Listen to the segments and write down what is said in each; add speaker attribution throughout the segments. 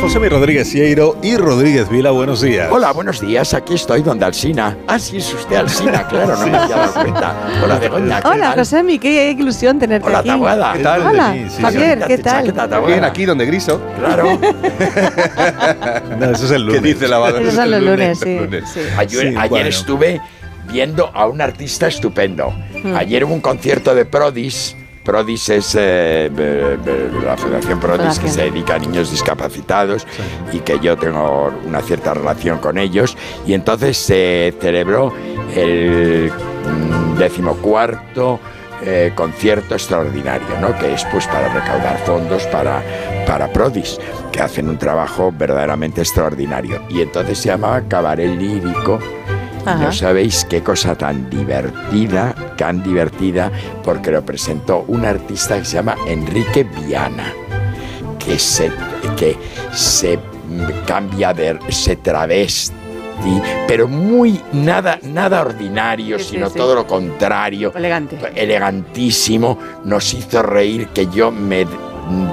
Speaker 1: José Mi Rodríguez Sieiro y Rodríguez Vila, buenos días.
Speaker 2: Hola, buenos días. Aquí estoy donde Alsina. Ah, sí, es usted Alsina, claro, no me había dado cuenta. Hola, Begoña. ¿qué
Speaker 3: Hola,
Speaker 2: tal?
Speaker 3: Josemi, qué ilusión tenerte
Speaker 2: Hola,
Speaker 3: aquí.
Speaker 2: Tabuada.
Speaker 1: ¿Qué tal?
Speaker 3: Hola,
Speaker 1: Sí, sí,
Speaker 3: Javier, ¿qué
Speaker 2: ¿Qué
Speaker 3: tal?
Speaker 2: tal, Tabuada?
Speaker 4: Bien, aquí donde griso.
Speaker 2: Claro.
Speaker 1: No, eso es el
Speaker 4: ¿Qué
Speaker 1: lunes.
Speaker 4: dice la lavadora?
Speaker 3: Esos son los lunes, sí, sí.
Speaker 2: Ayer,
Speaker 1: Sí,
Speaker 2: ayer
Speaker 1: bueno.
Speaker 2: estuve viendo a un artista estupendo. Ayer hubo un concierto de Prodis. Prodis es eh, be- be- la Federación Prodis que
Speaker 3: Federación.
Speaker 2: se dedica a niños discapacitados y que yo tengo una cierta relación con ellos. Y entonces se celebró el mm, decimocuarto eh, concierto extraordinario, ¿no? que es pues para recaudar fondos para, para Prodis, que hacen un trabajo verdaderamente extraordinario. Y entonces se llamaba Cabaret Lírico.
Speaker 3: Ajá.
Speaker 2: No sabéis qué cosa tan divertida, tan divertida, porque lo presentó un artista que se llama Enrique Viana, que se, que se mm, cambia de, se travesti, pero muy nada, nada ordinario,
Speaker 3: Sí, sí,
Speaker 2: sino
Speaker 3: sí.
Speaker 2: todo lo contrario
Speaker 3: Elegante.
Speaker 2: elegantísimo, nos hizo reír que yo me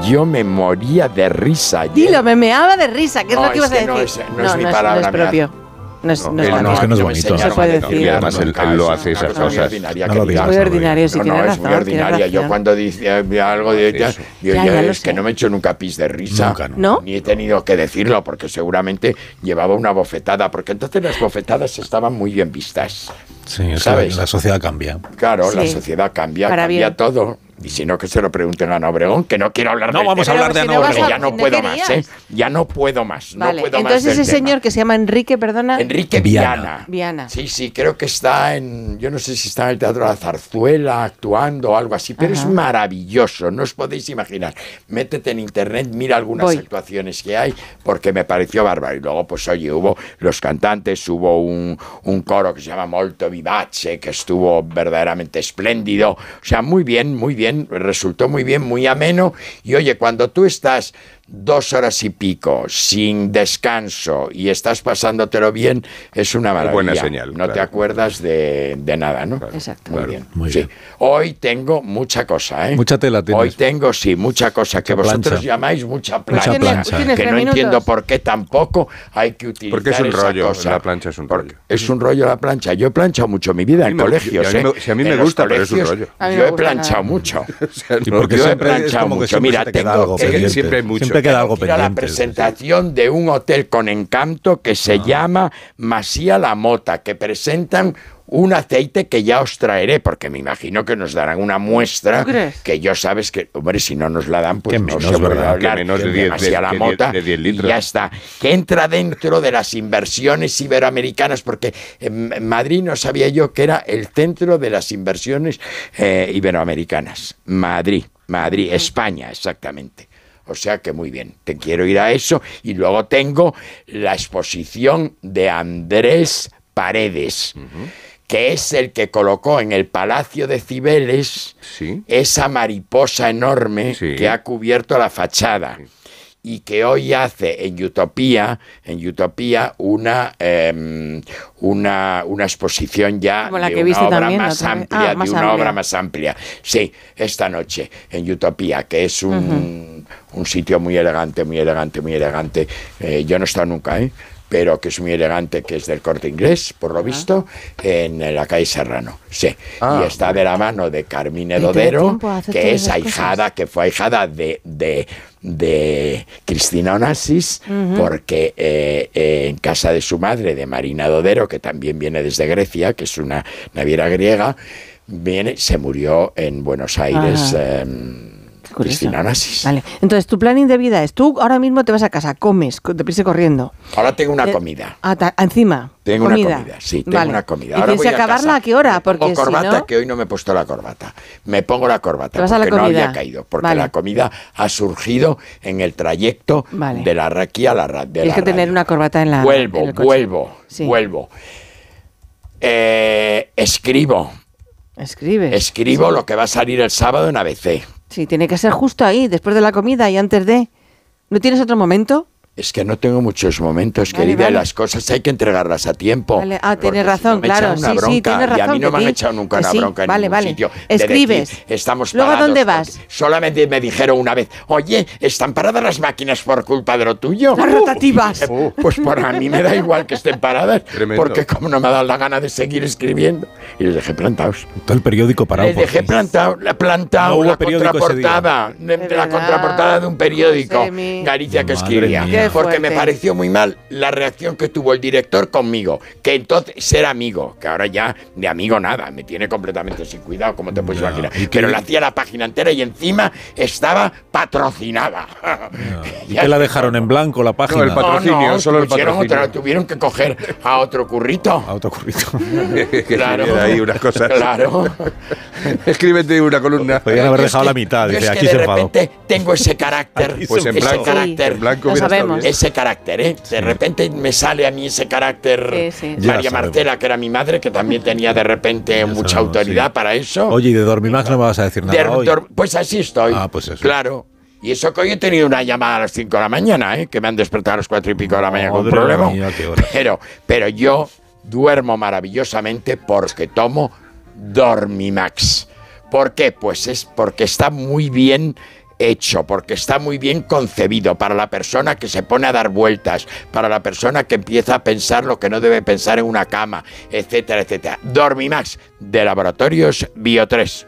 Speaker 2: yo me moría de risa. ayer.
Speaker 3: Dilo, me meaba de risa, ¿qué es
Speaker 2: No,
Speaker 3: lo que
Speaker 2: es
Speaker 3: ibas a
Speaker 2: que
Speaker 3: decir?
Speaker 2: no es- no es mi palabra,
Speaker 3: no es
Speaker 2: mira.
Speaker 3: propio. No es, no,
Speaker 4: No,
Speaker 3: es
Speaker 4: él
Speaker 3: propio.
Speaker 4: no, es que
Speaker 1: no es
Speaker 2: yo
Speaker 1: bonito.
Speaker 2: enseñaron
Speaker 3: Se puede
Speaker 2: a decir.
Speaker 3: decir. Y
Speaker 4: además él- él lo hace, esas
Speaker 2: Cosa muy
Speaker 4: cosas.
Speaker 2: ordinaria
Speaker 1: No
Speaker 2: que
Speaker 1: lo
Speaker 2: digas.
Speaker 1: digas.
Speaker 3: muy ordinario, si
Speaker 2: No,
Speaker 3: tiene
Speaker 2: no, es
Speaker 3: razón.
Speaker 2: muy
Speaker 3: tiene
Speaker 2: ordinaria. Yo
Speaker 3: razón.
Speaker 2: cuando dice eh, algo de ella,
Speaker 4: Eso.
Speaker 2: digo,
Speaker 3: Ya,
Speaker 2: ya
Speaker 3: ya lo
Speaker 2: es que
Speaker 3: sé.
Speaker 2: no me he hecho nunca pis de risa.
Speaker 1: Nunca,
Speaker 3: nunca. ¿No?
Speaker 2: Ni he tenido que decirlo, porque seguramente llevaba una bofetada, porque entonces las bofetadas estaban muy bien vistas.
Speaker 1: Sí, es que
Speaker 2: ¿Sabes?
Speaker 1: la sociedad cambia.
Speaker 2: Claro, la
Speaker 3: Sí.
Speaker 2: sociedad cambia,
Speaker 3: Para
Speaker 2: cambia
Speaker 3: bien.
Speaker 2: todo. Y si no, que se lo pregunten a Ana Obregón, que no quiero hablar
Speaker 1: No
Speaker 2: del
Speaker 1: vamos a
Speaker 2: tema.
Speaker 1: hablar de Pero Ana
Speaker 3: si no
Speaker 2: Porque
Speaker 3: vas Obregón.
Speaker 2: Ya
Speaker 3: a-
Speaker 2: no
Speaker 3: ¿de
Speaker 2: puedo
Speaker 3: qué
Speaker 2: más, ¿eh?
Speaker 3: querías?
Speaker 2: Ya no puedo más.
Speaker 3: Vale,
Speaker 2: no puedo más
Speaker 3: entonces
Speaker 2: del
Speaker 3: ese
Speaker 2: tema.
Speaker 3: señor que se llama Enrique, perdona.
Speaker 2: Enrique
Speaker 1: Viana.
Speaker 2: Viana.
Speaker 3: Viana.
Speaker 2: Sí, sí, creo que está en. Yo no sé si está en el Teatro de la Zarzuela actuando o algo así, pero es
Speaker 3: Ajá.
Speaker 2: maravilloso, no os podéis imaginar. Métete en internet, mira algunas
Speaker 3: Voy.
Speaker 2: actuaciones que hay, porque me pareció bárbaro. Y luego, pues oye, hubo los cantantes, hubo un, un coro que se llama Molto Vivace, que estuvo verdaderamente espléndido. O sea, muy bien, muy bien, resultó muy bien, muy ameno. Y oye, cuando tú estás dos horas y pico, sin descanso y estás pasándotelo bien, es una maravilla.
Speaker 4: buena señal,
Speaker 2: No
Speaker 4: claro.
Speaker 2: te acuerdas de, de nada, ¿no?
Speaker 3: Exacto.
Speaker 2: Muy
Speaker 4: Claro.
Speaker 2: bien.
Speaker 1: Muy
Speaker 2: sí.
Speaker 1: bien.
Speaker 2: Hoy tengo mucha cosa, ¿eh?
Speaker 1: Mucha tela tienes.
Speaker 2: Hoy tengo, sí, mucha cosa que
Speaker 1: Mucha
Speaker 2: vosotros
Speaker 1: plancha.
Speaker 2: llamáis mucha plancha.
Speaker 1: Mucha plancha.
Speaker 3: Tienes- tienes
Speaker 2: Que no
Speaker 3: tres
Speaker 2: entiendo
Speaker 3: minutos.
Speaker 2: por qué tampoco hay que utilizar
Speaker 4: Porque es un
Speaker 2: esa
Speaker 4: rollo,
Speaker 2: cosa.
Speaker 4: la plancha es un
Speaker 2: Porque
Speaker 4: rollo.
Speaker 2: Es un rollo la plancha. Yo he planchado mucho en mi vida
Speaker 4: A mí
Speaker 2: en
Speaker 4: me-
Speaker 2: colegios,
Speaker 4: y a mí
Speaker 2: ¿eh?
Speaker 4: me- si a mí me
Speaker 2: En los
Speaker 4: gusta, pero es un
Speaker 2: colegios
Speaker 4: rollo.
Speaker 3: A mí me
Speaker 2: Yo he
Speaker 3: gusta,
Speaker 2: planchado
Speaker 3: nada.
Speaker 2: mucho.
Speaker 4: O sea,
Speaker 1: Y
Speaker 4: no,
Speaker 1: porque
Speaker 4: yo he
Speaker 1: siempre es
Speaker 2: planchado
Speaker 1: como que
Speaker 2: mucho.
Speaker 1: siempre
Speaker 2: Mira,
Speaker 1: se te queda
Speaker 2: tengo
Speaker 1: algo
Speaker 2: que-
Speaker 1: pendiente.
Speaker 4: siempre hay mucho.
Speaker 1: Siempre queda algo
Speaker 2: Tengo que ir a la
Speaker 1: pendiente.
Speaker 2: presentación de un hotel con encanto que se llama Masía La Mota, que presentan un aceite que ya os traeré, porque me imagino que nos darán una muestra
Speaker 3: ¿Tú crees?
Speaker 2: que yo sabes que, hombre, si no nos la dan, pues
Speaker 1: Que
Speaker 2: no
Speaker 1: menos,
Speaker 2: se puede
Speaker 1: ¿verdad?
Speaker 2: hablar.
Speaker 4: Que menos de
Speaker 2: Que
Speaker 4: diez-
Speaker 2: Masía
Speaker 4: de-
Speaker 2: La
Speaker 4: de diez-
Speaker 2: Mota
Speaker 4: de diez
Speaker 2: y
Speaker 4: litros.
Speaker 2: ya está. Que entra dentro de las inversiones iberoamericanas, porque en en Madrid no sabía yo que era el centro de las inversiones eh, iberoamericanas. Madrid, Madrid, España, exactamente. O sea que muy bien, te quiero ir a eso. Y luego tengo la exposición de Andrés Paredes, que es el que colocó en el Palacio de Cibeles
Speaker 4: Sí.
Speaker 2: esa mariposa enorme
Speaker 4: Sí.
Speaker 2: que ha cubierto la fachada y que hoy hace en Utopía, en Utopía una, em, una, una exposición ya
Speaker 3: Como la
Speaker 2: de
Speaker 3: que
Speaker 2: una
Speaker 3: viste
Speaker 2: obra
Speaker 3: también,
Speaker 2: más
Speaker 3: otra vez.
Speaker 2: amplia,
Speaker 3: Ah, más
Speaker 2: de una
Speaker 3: amplia.
Speaker 2: obra más amplia. Sí, esta noche en Utopía, que es un, un sitio muy elegante, muy elegante, muy elegante. Eh, yo no he estado nunca, ¿eh? pero que es muy elegante, que es del corte inglés, por lo visto, en eh, la calle Serrano. Sí,
Speaker 4: Ah,
Speaker 2: y está de la mano de Carmine
Speaker 3: Y te da
Speaker 2: Dodero,
Speaker 3: tiempo a hacer
Speaker 2: que
Speaker 3: todas
Speaker 2: es
Speaker 3: esas
Speaker 2: ahijada que fue ahijada de, de, de Cristina Onassis, porque eh, eh, en casa de su madre, de Marina Dodero, que también viene desde Grecia, que es una naviera griega, viene, se murió en Buenos Aires
Speaker 3: Ah.
Speaker 2: em,
Speaker 3: curioso.
Speaker 2: Cristina Onassis.
Speaker 3: Vale. Entonces, tu planning de vida es tú ahora mismo te vas a casa, comes, co- deprisa y corriendo.
Speaker 2: Ahora tengo una
Speaker 3: Eh,
Speaker 2: comida.
Speaker 3: Ah, ta- encima.
Speaker 2: Tengo
Speaker 3: comida.
Speaker 2: una comida, sí, tengo
Speaker 3: Vale.
Speaker 2: una comida.
Speaker 3: ¿Y
Speaker 2: Ahora
Speaker 3: tienes
Speaker 2: voy
Speaker 3: que
Speaker 2: a casa.
Speaker 3: acabarla a qué hora?
Speaker 2: Me
Speaker 3: Porque
Speaker 2: pongo
Speaker 3: si
Speaker 2: corbata,
Speaker 3: no...
Speaker 2: que hoy no me he puesto la corbata. Me pongo la corbata
Speaker 3: Te vas a la
Speaker 2: porque no había
Speaker 3: comida.
Speaker 2: caído, porque
Speaker 3: Vale.
Speaker 2: la comida ha surgido en el trayecto
Speaker 3: Vale.
Speaker 2: de la aquí a la ra- de
Speaker 3: Tienes
Speaker 2: la
Speaker 3: que tener
Speaker 2: radio.
Speaker 3: una corbata en la.
Speaker 2: Vuelvo,
Speaker 3: en el coche.
Speaker 2: vuelvo,
Speaker 3: Sí.
Speaker 2: vuelvo. Eh, escribo,
Speaker 3: Escribes.
Speaker 2: escribo lo que va a salir el sábado en ABC.
Speaker 3: Sí, tiene que ser justo ahí, después de la comida y antes de. ¿No tienes otro momento?
Speaker 2: Es que no tengo muchos momentos,
Speaker 3: Vale,
Speaker 2: querida, y
Speaker 3: vale.
Speaker 2: las cosas hay que entregarlas a tiempo.
Speaker 3: Vale, ah,
Speaker 2: porque
Speaker 3: tienes
Speaker 2: si no
Speaker 3: razón,
Speaker 2: me
Speaker 3: claro.
Speaker 2: echan una
Speaker 3: Sí, sí,
Speaker 2: bronca,
Speaker 3: tienes
Speaker 2: Y a mí
Speaker 3: razón,
Speaker 2: no me
Speaker 3: que
Speaker 2: han
Speaker 3: sí.
Speaker 2: echado nunca
Speaker 3: Que
Speaker 2: una
Speaker 3: sí,
Speaker 2: bronca en
Speaker 3: vale,
Speaker 2: ningún
Speaker 3: vale.
Speaker 2: sitio. De
Speaker 3: Escribes.
Speaker 2: decir, estamos
Speaker 3: Luego, ¿a
Speaker 2: parados
Speaker 3: dónde
Speaker 2: porque-
Speaker 3: vas?
Speaker 2: Solamente me dijeron una vez, oye, ¿están paradas las máquinas por culpa de lo tuyo?
Speaker 3: Las rotativas.
Speaker 2: Eh, Pues para mí me da igual que estén paradas,
Speaker 4: Tremendo.
Speaker 2: porque como no me ha dado la gana de seguir escribiendo, y les dejé plantados.
Speaker 1: Todo el periódico parado.
Speaker 2: Les dejé plantado, la plantado
Speaker 1: No hubo
Speaker 2: la
Speaker 1: periódico ese día.
Speaker 2: contraportada, de- de la
Speaker 3: verdad,
Speaker 2: contraportada de un periódico,
Speaker 3: José, mi-
Speaker 2: Garicia que
Speaker 1: Madre
Speaker 2: escribía,
Speaker 1: mía.
Speaker 3: Qué
Speaker 2: porque me
Speaker 3: fuerte.
Speaker 2: pareció muy mal la reacción que tuvo el director conmigo, que entonces era amigo, que ahora ya de amigo nada, me tiene completamente sin cuidado, como te puedes
Speaker 1: Ya,
Speaker 2: imaginar,
Speaker 1: ¿y qué-
Speaker 2: pero la hacía la página entera y encima estaba patrocinada.
Speaker 1: ¿Y
Speaker 2: Ya
Speaker 1: que la
Speaker 2: es-
Speaker 1: dejaron en blanco la página?
Speaker 4: el patro- Patrocinio, solo el
Speaker 2: pusieron
Speaker 4: patrocinio.
Speaker 2: otra, tuvieron que coger a otro
Speaker 1: A
Speaker 2: currito.
Speaker 1: otro currito.
Speaker 4: que
Speaker 2: Claro.
Speaker 4: escribiera ahí unas cosas.
Speaker 2: Claro.
Speaker 4: Escríbete una columna.
Speaker 1: Podrían haber
Speaker 2: Yo es
Speaker 1: dejado
Speaker 2: que-
Speaker 1: la mitad.
Speaker 2: yo
Speaker 1: Dice,
Speaker 2: es que
Speaker 1: aquí
Speaker 2: de
Speaker 1: se enfadó.
Speaker 2: repente tengo ese carácter.
Speaker 1: Aquí se
Speaker 4: Pues en
Speaker 2: ese
Speaker 4: blanco.
Speaker 2: carácter.
Speaker 4: En blanco
Speaker 3: Lo
Speaker 4: hubiera estado
Speaker 3: sabemos.
Speaker 4: bien.
Speaker 2: Ese carácter, ¿eh? De repente me sale a mí ese carácter.
Speaker 3: Sí, sí.
Speaker 1: Ya
Speaker 2: María
Speaker 1: sabemos.
Speaker 2: Martela, que era mi madre, que también tenía de repente mucha
Speaker 1: sabemos,
Speaker 2: autoridad
Speaker 1: sí.
Speaker 2: para eso.
Speaker 1: Oye, y de Dormimax no me vas a decir nada
Speaker 2: De-
Speaker 1: hoy.
Speaker 2: dor- pues así estoy.
Speaker 1: Ah, pues eso.
Speaker 2: Claro. Y eso que hoy he tenido una llamada a las 5 de la mañana, ¿eh? que me han despertado a las 4 y pico de la mañana con un
Speaker 1: Madre
Speaker 2: problema.
Speaker 1: mía, qué horas.
Speaker 2: Pero, pero yo duermo maravillosamente porque tomo Dormimax. ¿Por qué? Pues es porque está muy bien hecho, porque está muy bien concebido para la persona que se pone a dar vueltas, para la persona que empieza a pensar lo que no debe pensar en una cama, etcétera, etcétera. Dormimax de Laboratorios Bio 3.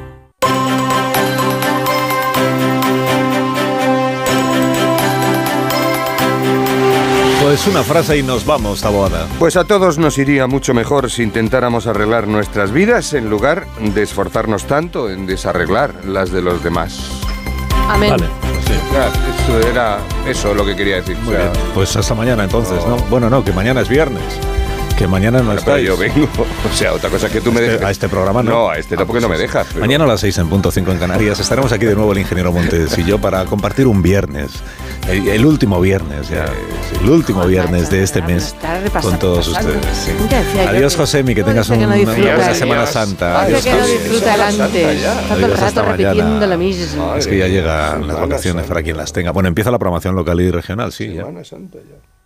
Speaker 1: Pues una frase y nos vamos, Taboada.
Speaker 4: Pues a todos nos iría mucho mejor si intentáramos arreglar nuestras vidas en lugar de esforzarnos tanto en desarreglar las de los demás.
Speaker 3: Amén.
Speaker 1: Vale. pues sí.
Speaker 4: Ya, Eso era eso lo que quería decir.
Speaker 1: Muy
Speaker 4: o sea,
Speaker 1: bien. Pues hasta mañana entonces, ¿no?
Speaker 4: No.
Speaker 1: Bueno, no, que mañana es viernes. Que mañana no
Speaker 4: bueno, pero
Speaker 1: estáis.
Speaker 4: yo vengo. O sea, otra cosa es que tú me
Speaker 1: Este-
Speaker 4: dejes.
Speaker 1: a este programa no.
Speaker 4: No, a este no, porque no me dejas. pero-
Speaker 1: Mañana a las 6 en punto 5 en Canarias estaremos aquí de nuevo el ingeniero Montes y yo para compartir un viernes. El, el último viernes, ya. El último viernes de este mes con todos ustedes. sí. Adiós, Josemi, que tengas un-
Speaker 3: una
Speaker 1: una buena
Speaker 2: Adiós.
Speaker 1: Semana Santa.
Speaker 4: Adiós,
Speaker 3: Parece que no
Speaker 4: José.
Speaker 3: disfruta el
Speaker 4: Semana Santa
Speaker 3: antes.
Speaker 4: ya.
Speaker 3: Está todo
Speaker 1: Adiós,
Speaker 3: el
Speaker 1: hasta
Speaker 3: rato
Speaker 1: mañana.
Speaker 3: repitiendo lo mismo.
Speaker 4: Madre
Speaker 1: Es que ya
Speaker 4: mía,
Speaker 1: llegan las
Speaker 4: Semana
Speaker 1: vacaciones
Speaker 4: Santa.
Speaker 1: para quien las tenga. Bueno, empieza la programación local y regional, sí. ya.
Speaker 4: Semana Santa ya.